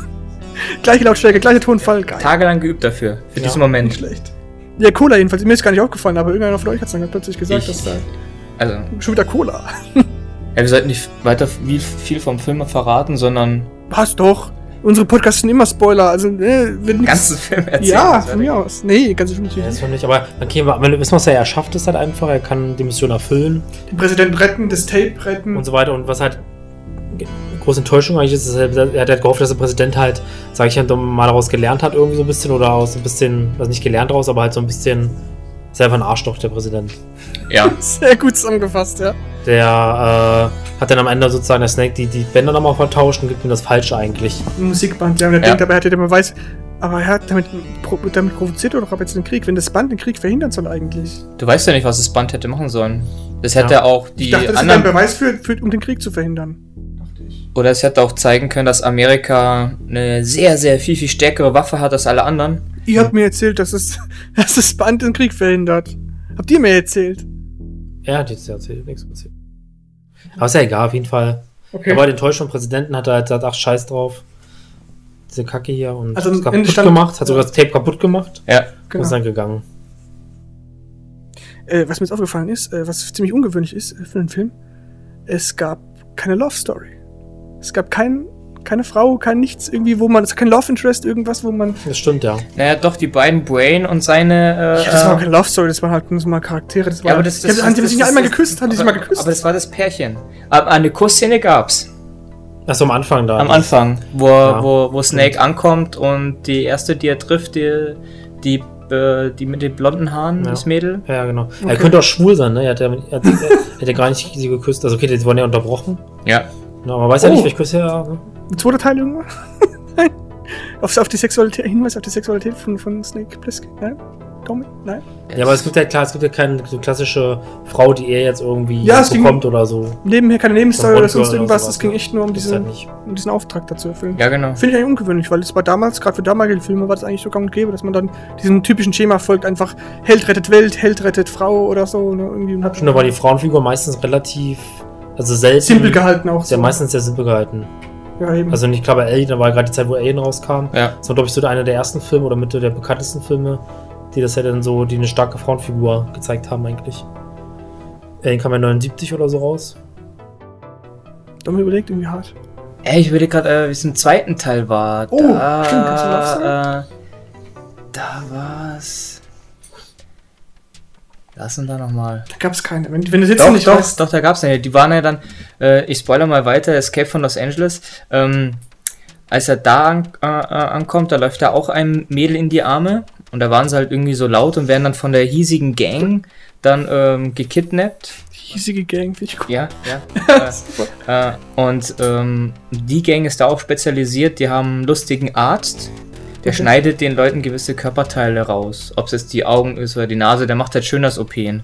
B: gleiche Lautstärke, gleicher Tonfall. Geil.
E: Tagelang geübt dafür, für diesen
B: Nicht
E: Moment.
B: schlecht. Ja, Cola jedenfalls. Mir ist gar nicht aufgefallen, aber irgendeiner von euch hat es dann plötzlich gesagt.
E: Ich-
B: dass da
E: Also, ja,
B: schon wieder Cola.
E: wir sollten nicht weiter wie viel vom Film verraten, sondern
B: Was doch? Unsere Podcasts sind immer Spoiler, also ne, wenn
E: den
B: nix-
E: ganzen Film erzählen.
B: Ja,
E: was
B: von
E: weitergeht.
B: mir aus. Nee, ganz bestimmt
A: Ja,
B: nicht.
A: das finde ich, aber okay, man wissen, was er ja schafft, ist halt einfach, er kann die Mission erfüllen
B: Den Präsidenten retten, das Tape retten.
A: und so weiter. Und was halt ge- große Enttäuschung eigentlich ist, ist halt, er hat halt gehofft, dass der Präsident halt, sage ich halt, mal daraus gelernt hat, irgendwie so ein bisschen, oder aus ein bisschen, also nicht gelernt daraus, aber halt so ein bisschen selber ein Arschloch, der Präsident.
E: Ja,
B: Sehr gut zusammengefasst, ja.
A: Der äh, hat dann am Ende sozusagen der Snake die, die Bänder nochmal vertauscht und gibt ihm das Falsche eigentlich.
B: Ein Musikband, ja, und er
E: Ja.
B: denkt dabei, hat er immer weiß, aber er hat damit, pro- damit provoziert er doch ab jetzt den Krieg, wenn das Band den Krieg verhindern soll eigentlich.
E: du weißt ja nicht, was das Band hätte machen sollen. Das hätte
A: Ja.
E: auch die
B: ich dachte, das ist ein
E: anderen.
B: Beweis für, für, um den Krieg zu verhindern.
E: Oder es hätte auch zeigen können, dass Amerika eine sehr, sehr viel, viel stärkere Waffe hat als alle anderen.
B: Ihr habt mir erzählt, dass, es, dass das Band den Krieg verhindert. Habt ihr mir erzählt?
A: Er hat jetzt erzählt, nichts passiert. Aber ist ja egal, auf jeden Fall.
B: Okay.
A: Er war enttäuscht vom Präsidenten, hat er halt gesagt, ach, scheiß drauf. Diese Kacke hier und
B: Also
A: hat's
B: am Ende
A: kaputt
B: stand-
A: gemacht, hat sogar das Tape kaputt gemacht
E: Ja.
A: und
B: Genau.
A: ist dann gegangen.
B: Äh, was mir jetzt aufgefallen ist, äh, was ziemlich ungewöhnlich ist äh, für einen Film, es gab keine Love Story. Es gab kein, keine Frau, kein nichts irgendwie, wo man, es gab kein Love Interest, irgendwas, wo man.
A: Das stimmt, ja.
E: Naja, doch, die beiden Brain und seine. Äh,
B: Ja, das war auch
E: äh,
B: keine Love Story, das waren halt nur so mal Charaktere. Das war,
E: ja, aber das,
B: die haben-
E: das,
B: haben
E: das-
B: die sich
E: das-
B: nicht einmal
E: das-
B: geküsst, haben die sich mal
E: aber-
B: geküsst.
E: Aber das war das Pärchen. Aber eine Kussszene gab's.
A: Achso, am Anfang da.
E: Am Anfang, wo,
A: Ja.
E: wo, wo Snake ankommt und die erste, die er trifft, die, die, äh, die mit den blonden Haaren,
A: Ja.
E: das Mädel.
A: Ja, genau. Er könnte auch schwul sein, ne? Er hat ja, er hat, er hat ja gar nicht sie geküsst. Also, okay, die wurden ja unterbrochen.
E: Ja.
A: Na, man weiß ja
B: Oh.
A: nicht, vielleicht küsst er. Ne?
B: Ein zweiter Teil irgendwann? Nein. Auf, auf die Sexualität, Hinweis auf die Sexualität von, von Snake Plissken? Nein? Tommy? Nein?
A: Ja, aber es gibt ja klar, es gibt ja keine so klassische Frau, die er jetzt irgendwie
B: Ja, es ging-
A: bekommt oder so.
B: Nebenher keine Nebenstory
A: Von
B: oder sonst
A: Rundgirl oder
B: irgendwas,
A: sowas,
B: das ging
A: ne?
B: echt nur um
A: Gibt's halt
B: diesen,
A: nicht.
B: um diesen Auftrag dazu erfüllen.
E: Ja, genau.
B: Finde ich eigentlich ungewöhnlich, weil es war damals, gerade für damalige Filme, war das eigentlich so gang und gäbe, dass man dann diesem typischen Schema folgt, einfach Held rettet Welt, Held rettet Frau oder so. Ne? Irgendwie und hat
A: Stimmt, aber die Frauenfigur meistens relativ. Also selten.
B: simpel gehalten auch.
A: Ist ja
B: so.
A: meistens sehr simpel gehalten.
B: Ja, eben.
A: Also, ich glaube, Alien, da war gerade die Zeit, wo Alien rauskam.
E: Ja.
A: Das war, glaube ich, so einer der ersten Filme oder mit der bekanntesten Filme, die das ja dann so, die eine starke Frauenfigur gezeigt haben, eigentlich. Alien kam ja 79 oder so raus.
B: da haben wir überlegt, irgendwie hart.
E: Ey, ich würde gerade, äh, wie es im zweiten Teil war.
B: Oh,
E: da,
B: stimmt, kannst du noch sagen?
E: äh, Da war's. Lass uns da nochmal.
B: Da gab es keine. Wenn, wenn du jetzt
E: Doch,
B: nicht
E: doch,
B: weißt,
E: doch, da gab's eine. Die waren ja dann, äh, ich spoiler mal weiter, Escape von Los Angeles. Ähm, als er da an, äh, äh, ankommt, da läuft er auch einem Mädel in die Arme. Und da waren sie halt irgendwie so laut und werden dann von der hiesigen Gang dann ähm, gekidnappt.
B: riesige Gang, finde ich cool.
E: Ja, ja. äh, äh, und ähm, die Gang ist da auch spezialisiert. Die haben einen lustigen Arzt, der
B: Okay.
E: schneidet den Leuten gewisse Körperteile raus. Ob es jetzt die Augen ist oder die Nase, der macht halt schön das OPen.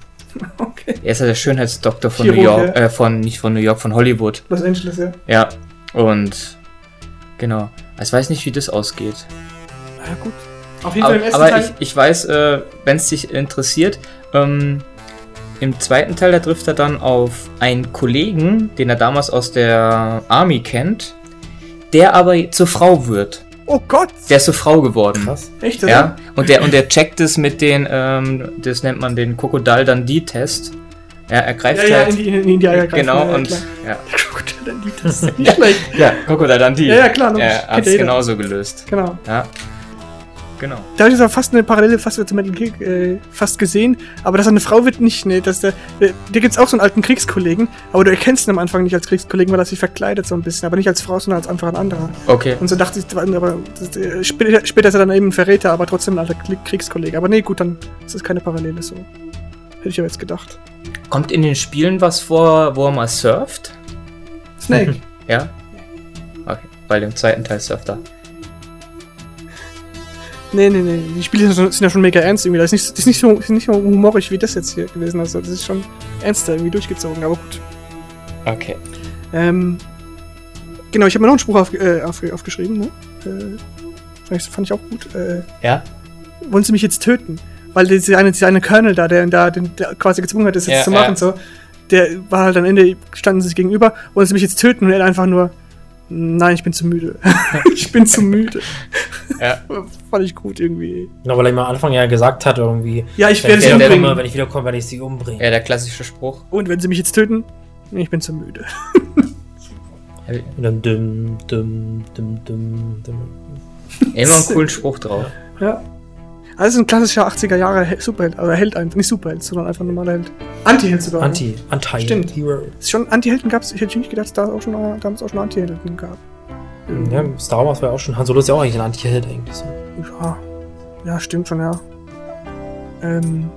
B: Okay.
E: Er ist ja der Schönheitsdoktor von
B: Chirurg,
E: New York,
B: ja.
E: äh, von, nicht von New York, von Hollywood.
B: Los Angeles, ja.
E: Ja, und genau. Ich weiß nicht, wie das ausgeht.
B: Ja, gut. Auf jeden Fall
E: Aber,
B: im ersten
E: aber ich,
B: Teil.
E: ich weiß, äh, wenn es dich interessiert, ähm, im zweiten Teil, da trifft er dann auf einen Kollegen, den er damals aus der Army kennt, der aber zur Frau wird.
B: oh Gott!
E: Der ist zur Frau geworden.
A: Krass.
B: Echt, das
E: Ja, und der, und der checkt es mit den, ähm, das nennt man den Krokodil Dundee-Test. Ja, er
B: Ja,
E: greift
B: ja, in
E: halt.
B: die, in die, in die Eier greifen,
E: genau,
B: ja, ja,
E: und
B: klar.
E: ja.
B: Gut, dann liegt das nicht schlecht.
E: ja, Krokodil Dundee.
B: Ja, ja, klar, logisch.
E: Er hat
B: Kennt ja
E: es
B: jeder.
E: genauso gelöst.
B: Genau.
E: Ja. Genau.
B: Da habe ich jetzt auch fast eine Parallele fast zu Metal Gear äh, fast gesehen, aber dass er eine Frau wird nicht, ne, dass der, äh, dir gibt's auch so einen alten Kriegskollegen, aber du erkennst ihn am Anfang nicht als Kriegskollegen, weil er sich verkleidet so ein bisschen, aber nicht als Frau, sondern als einfach ein anderer.
E: Okay.
B: Und so dachte ich, aber das, äh, später, später ist er dann eben ein Verräter, aber trotzdem ein alter Kli- Kriegskollege. Aber nee, gut, dann ist es keine Parallele so. Hätte ich aber jetzt gedacht.
E: Kommt in den Spielen was vor, wo er mal surft?
B: Snake.
E: Ja? Okay, bei dem zweiten Teil surft er.
B: Nee, nee, nee. Die Spiele sind ja schon mega ernst irgendwie. Das ist nicht, das ist nicht, so, ist nicht so humorisch wie das jetzt hier gewesen. Also, das ist schon ernster irgendwie durchgezogen, aber gut.
E: Okay.
B: Ähm, genau, ich habe mir noch einen Spruch auf, äh, auf, aufgeschrieben, ne? Äh, fand, ich, fand ich auch gut. Äh,
E: Ja?
B: wollen Sie mich jetzt töten? Weil dieser eine, dieser eine Colonel da, der ihn da den, der quasi gezwungen hat, das jetzt
E: Ja,
B: zu machen,
E: ja.
B: so, der war halt am Ende, standen sie sich gegenüber, wollen Sie mich jetzt töten? Und er einfach nur, nein, ich bin zu müde. ich bin zu müde.
E: Ja.
B: Fand ich gut irgendwie.
A: Genau, weil er mir am Anfang ja gesagt hat, irgendwie.
B: Ja, ich
A: wenn
B: werde
A: ich
B: sie
E: der- der-
A: wiederkomme,
B: umbringen.
A: wenn ich wiederkomme, werde ich sie umbringen.
E: Ja, der klassische Spruch.
B: Und wenn Sie mich jetzt töten, ich bin zu müde.
A: Und dann düm, düm, düm, düm, düm.
E: Immer einen coolen Spruch drauf.
B: Ja. Also ein klassischer 80er Jahre Hel- Superheld, oder Held einfach, nicht Superheld, sondern einfach ein normaler Held. Anti-Held sogar. ne?
A: Anti, Anti,
B: Stimmt.
A: Hero.
B: Ist schon Anti-Helden gab's, ich hätte nicht gedacht, dass da auch schon, äh, damals auch schon Anti-Helden gab.
A: Ja, Star Wars war ja auch schon. Han Solo ist ja auch eigentlich ein Anti-Held eigentlich so.
B: Ja, ja, stimmt schon, ja. Ähm,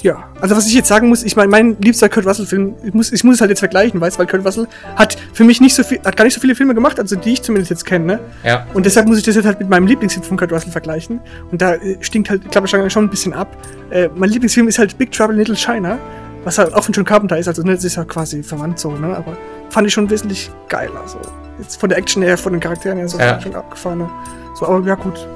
B: ja, also was ich jetzt sagen muss, ich meine, mein liebster Kurt Russell-Film, ich muss, ich muss es halt jetzt vergleichen, weißt du, weil Kurt Russell hat für mich nicht so viel, hat gar nicht so viele Filme gemacht, also die ich zumindest jetzt kenne, ne?
E: Ja.
B: Und deshalb muss ich das jetzt halt mit meinem Lieblingsfilm von Kurt Russell vergleichen. Und da äh, stinkt halt Klapperschlange schon ein bisschen ab. Äh, mein Lieblingsfilm ist halt Big Trouble in Little China, was halt auch von John Carpenter ist, also ne, das ist ja quasi verwandt so, ne? Aber fand ich schon wesentlich geiler. So. Jetzt von der Action her, von den Charakteren her, so
E: Ja.
B: fand ich schon abgefahrener. So, aber ja gut.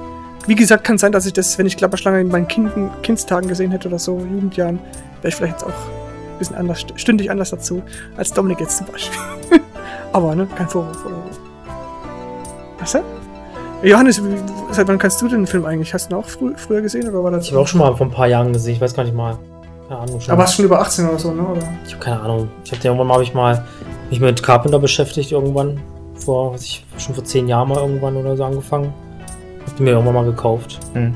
B: Wie gesagt, kann sein, dass ich das, wenn ich Klapperschlange in meinen Kinden, Kindstagen gesehen hätte oder so, Jugendjahren, wäre ich vielleicht jetzt auch ein bisschen anders, stünde ich anders dazu, als Dominik jetzt zum Beispiel. aber, ne, kein Vorwurf oder so. Was denn? Johannes, wie- seit wann kannst du den Film eigentlich? Hast du ihn auch frü früher gesehen oder war das?
A: Ich habe auch schon mal vor ein paar Jahren gesehen, ich weiß gar nicht mal. Keine Ahnung schon.
B: Da warst du schon über 18 oder so, ne? Oder?
A: Ich habe keine Ahnung. Ich habe irgendwann mal hab ich mal mich mit Carpenter beschäftigt irgendwann. Vor, was ich schon vor zehn Jahren mal irgendwann oder so angefangen. Hab den mir irgendwann mal gekauft.
E: Hm.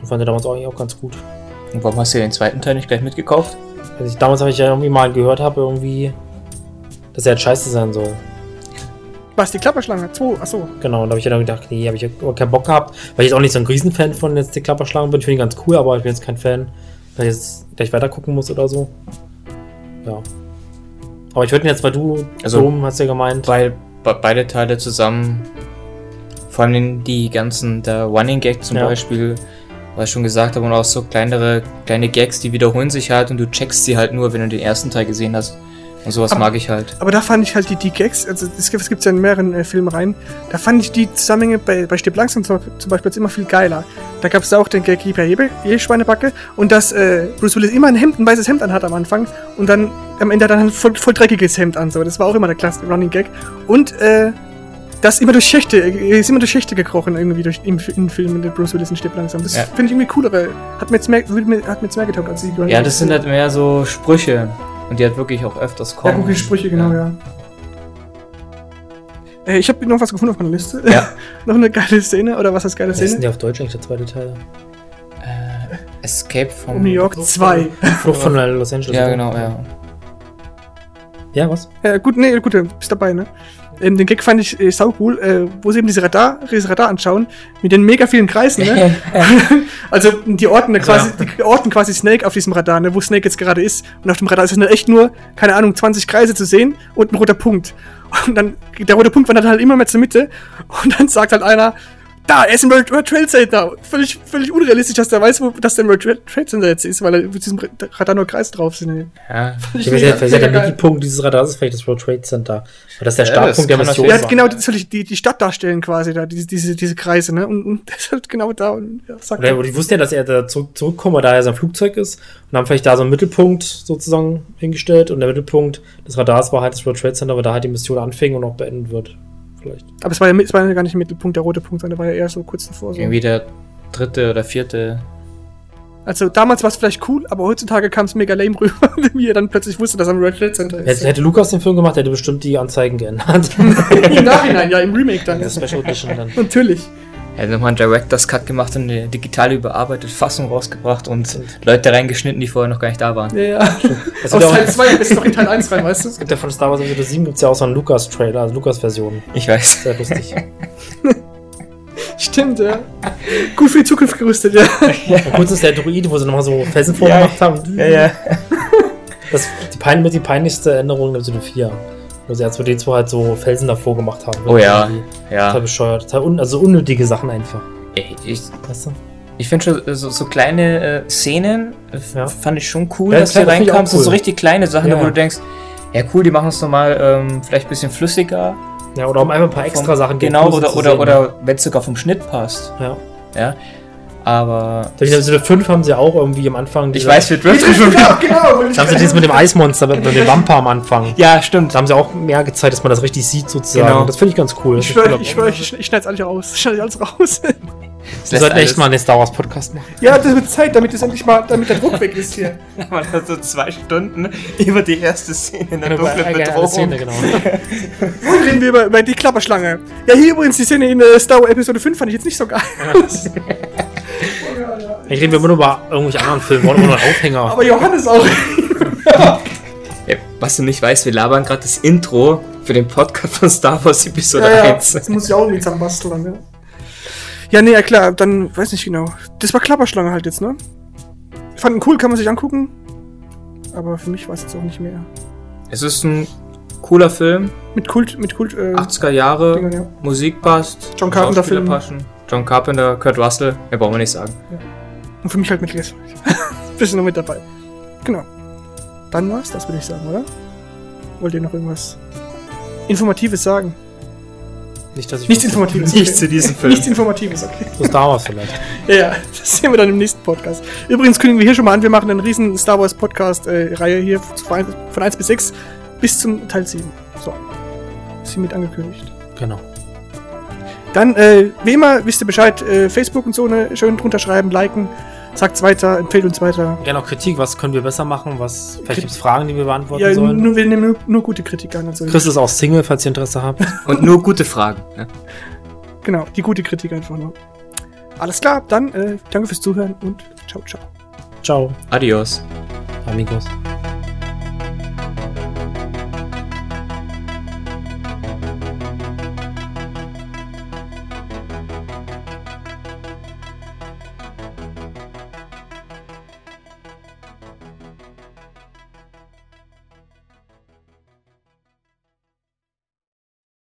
A: Und fand den damals auch, eigentlich auch ganz gut.
E: Und warum hast du den zweiten Teil nicht gleich mitgekauft?
A: Also ich, damals habe ich ja irgendwie mal gehört habe, irgendwie, dass er halt scheiße sein soll.
B: Was, die Klapperschlange? Zwei, achso.
A: Genau, und da habe ich ja dann gedacht, nee, habe ich aber keinen Bock gehabt, weil ich jetzt auch nicht so ein Riesenfan von jetzt die Klapperschlangen bin. Ich finde die ganz cool, aber ich bin jetzt kein Fan, dass ich jetzt gleich weiter gucken muss oder so. Ja. Aber ich würde jetzt, weil du,
E: Also-
A: Dom, hast ja gemeint.
E: Weil be beide Teile zusammen, vor allem die ganzen, der Running Gag zum
A: Ja.
E: Beispiel, was ich schon gesagt habe, und auch so kleinere, kleine Gags, die wiederholen sich halt und du checkst sie halt nur, wenn du den ersten Teil gesehen hast. Und sowas
B: Aber-
E: mag ich halt.
B: Aber da fand ich halt die, die Gags, also es gibt es gibt's ja in mehreren äh, Filmen rein, da fand ich die Zusammenhänge bei, bei Stipp Langsam zum, zum Beispiel jetzt immer viel geiler. Da gab es auch den Gag, je, je, je Schweinebacke und dass äh, Bruce Willis immer ein Hemd, ein weißes Hemd anhat am Anfang und dann am Ende hat er dann ein voll, voll dreckiges Hemd an, so. Das war auch immer der klassische Running Gag. Und, äh, das immer durch Schächte, er ist immer durch Schächte gekrochen irgendwie durch, im, im Film mit Bruce Willis und Stipp Langsam. Das
E: Ja.
B: finde ich irgendwie coolere, hat mir jetzt mehr, würde mir- hat mir jetzt mehr getaugt als die Running
E: Ja,
B: Gags.
E: das sind halt mehr so Sprüche. Und die halt wirklich auch öfters
B: Ja,
E: kommen.
B: gute Sprüche, genau, ja. Äh, ich habe noch was gefunden auf meiner Liste.
E: Ja.
B: noch eine geile Szene, oder was heißt geile
A: Was ist denn
B: Szene?
A: der auf Deutsch eigentlich der zweite Teil?
E: Escape from
B: Um New York 2.
A: Flucht von Los Angeles.
E: Ja,
A: oder?
E: genau, ja.
A: Ja, was?
B: Äh, gut, nee, gut, du bist dabei, ne? Ähm, den Gag fand ich äh, sau cool, äh, wo sie eben diese Radar, dieses Radar anschauen, mit den mega vielen Kreisen, ne? also die orten quasi, die orten quasi Snake auf diesem Radar, ne, wo Snake jetzt gerade ist. Und auf dem Radar ist dann echt nur, keine Ahnung, 20 Kreise zu sehen und ein roter Punkt. Und dann, der rote Punkt wandert halt immer mehr zur Mitte und dann sagt halt einer, da, er ist im World World Trade Center. Völlig, völlig unrealistisch, dass der weiß, wo, dass der im World Trade Center jetzt ist, weil er mit diesem Radar nur Kreise drauf sind. ey.
E: ja.
A: Ich weiß nicht, vielleicht ist ja
B: mega
A: der Mittelpunkt dieses Radars ist vielleicht das World Trade Center. Aber das ist der
E: Ja, das
A: Startpunkt der
E: kann
A: Mission.
B: Ja,
E: natürlich
A: war.
B: genau, das soll ich die, die Stadt darstellen quasi, da, diese, diese, diese Kreise, ne? Und, und das ist halt genau da. Und, ja, sagt
A: Oder die wussten ja, dass er da zurück, zurückkommt, weil da ja sein Flugzeug ist. Und haben vielleicht da so einen Mittelpunkt sozusagen hingestellt. Und der Mittelpunkt des Radars war halt das World Trade Center, weil da halt die Mission anfing und auch beendet wird. Vielleicht.
B: aber es war, ja, es war ja gar nicht im Mittelpunkt, der rote Punkt, sondern war ja eher so kurz davor. So.
E: Irgendwie der dritte oder vierte.
B: Also damals war es vielleicht cool, aber heutzutage kam es mega lame rüber, wie er dann plötzlich wusste, dass er im Red Dead Center ist.
A: Hätte, hätte Lukas den Film gemacht, hätte bestimmt die Anzeigen geändert.
B: Im Nachhinein, ja, im Remake dann.
A: das Special Edition dann.
B: Natürlich.
E: Er hat nochmal einen Director's Cut gemacht und eine digital überarbeitete Fassung rausgebracht und Leute reingeschnitten, die vorher noch gar nicht da waren.
B: Ja, ja.
A: Es
B: Aus
A: gibt ja, auch,
B: Teil
A: es
B: 2 bis noch in Teil 1 rein, weißt du?
A: gibt ja von Star Wars Episode 7 gibt es ja auch so einen Lukas-Trailer, also Lukas-Version.
E: Ich weiß.
A: Sehr lustig.
B: Stimmt, ja. Gut für die Zukunft gerüstet, ja.
A: Und kurz ist der Druid, wo sie nochmal so Felsen
E: Ja,
A: vorgemacht haben.
E: ja.
A: Das ist die, pein mit die peinlichste Änderung in Also Episode 4. Wo sie R2D2 halt so Felsen davor gemacht haben.
E: Oh ja,
A: Irgendwie. Total
E: ja.
A: bescheuert. Total un also unnötige Sachen einfach.
E: Ich, ich,
A: Weißt du?
E: ich finde schon äh, so, so kleine äh, Szenen äh, f-
A: Ja.
E: fand ich schon cool,
A: Ja,
E: dass die
A: kleine finde ich auch
E: reinkamen. So, so
A: cool.
E: richtig kleine Sachen,
A: Ja.
E: wo du denkst, ja cool, die machen es nochmal ähm, vielleicht ein bisschen flüssiger.
A: Ja, oder um einfach ein paar extra
E: Vom-
A: Sachen die
E: Genau,
A: Plus
E: oder,
A: zu
E: oder,
A: sehen.
E: oder wenn es sogar vom Schnitt passt.
A: Ja.
E: Ja. Aber.
A: Da haben sie 5 haben sie auch irgendwie am Anfang.
E: ich
A: diese-
E: weiß, wir driften schon wieder.
B: Genau,
A: Da haben sie das mit dem Eismonster, mit, mit dem Wampa am Anfang.
E: Ja, stimmt.
A: Da haben sie auch mehr gezeigt, dass man das richtig sieht, sozusagen.
E: Genau.
A: Das finde ich ganz cool.
B: Ich schwöre, ich, schwör, ich, ich schneide alles raus. Ich schneide alles raus.
A: wir sollten echt mal einen Star Wars Podcast machen.
B: ja, das wird Zeit, damit es endlich mal, damit der Druck weg ist hier.
E: Man hat so zwei Stunden über die erste Szene in der dunklen
A: Szene,
E: Bedrohung.
A: genau.
B: Und reden wir über, über die Klapperschlange. Ja, hier übrigens die Szene in äh, Star Wars Episode 5 fand ich jetzt nicht so geil.
A: Ich rede immer nur über irgendwelche anderen Filme, oder nur Aufhänger.
B: Aber Johannes auch.
E: Ja, was du nicht weißt, wir labern gerade das Intro für den Podcast von Star Wars Episode
B: Ja, ja,
E: 1.
B: das muss ich auch irgendwie zusammenbasteln. dann, Ja. ja, nee, ja klar, dann weiß nicht genau. Das war Klapperschlange halt jetzt, ne? Fanden cool, kann man sich angucken. Aber für mich war es jetzt auch nicht mehr.
E: Es ist ein cooler Film,
B: Mit Kult, mit Kult, äh,
E: 80er Jahre,
B: Dinger,
A: genau.
B: ja.
E: Musik passt,
B: John Carpenter
E: Schauspieler
B: Film.
E: passen, John Carpenter, Kurt Russell, mehr brauchen wir nicht sagen.
B: und für mich halt mit Gläser. Bisschen noch mit dabei. Genau. Dann war's das, würde ich sagen, oder? Wollt ihr noch irgendwas Informatives sagen?
A: Nicht, dass ich
B: Nichts Informatives.
E: Nichts zu diesem Film.
B: Nichts Informatives, okay.
A: zu Star Wars vielleicht.
B: Ja, ja, das sehen wir dann im nächsten Podcast. Übrigens kündigen wir hier schon mal an, wir machen eine riesen Star Wars Podcast-Reihe hier von 1 bis 6 bis zum Teil 7. So. Ist hiermit angekündigt.
A: Genau.
B: Dann, äh, wie immer, wisst ihr Bescheid, äh, Facebook und so ne, schön drunter schreiben, liken, sagt's weiter, empfehlt uns weiter.
A: Gerne auch Genau, Kritik, was können wir besser machen? Was, vielleicht gibt es Fragen, die wir beantworten
B: Ja,
A: sollen.
B: nur, wir nehmen nur, nur gute Kritik an. Also,
A: Chris ist auch Single, falls ihr Interesse habt.
E: Und nur gute Fragen. ne? Ja.
B: genau, die gute Kritik einfach nur. Alles klar, dann äh, danke fürs Zuhören und ciao, ciao.
A: Ciao,
E: Adios.
A: amigos.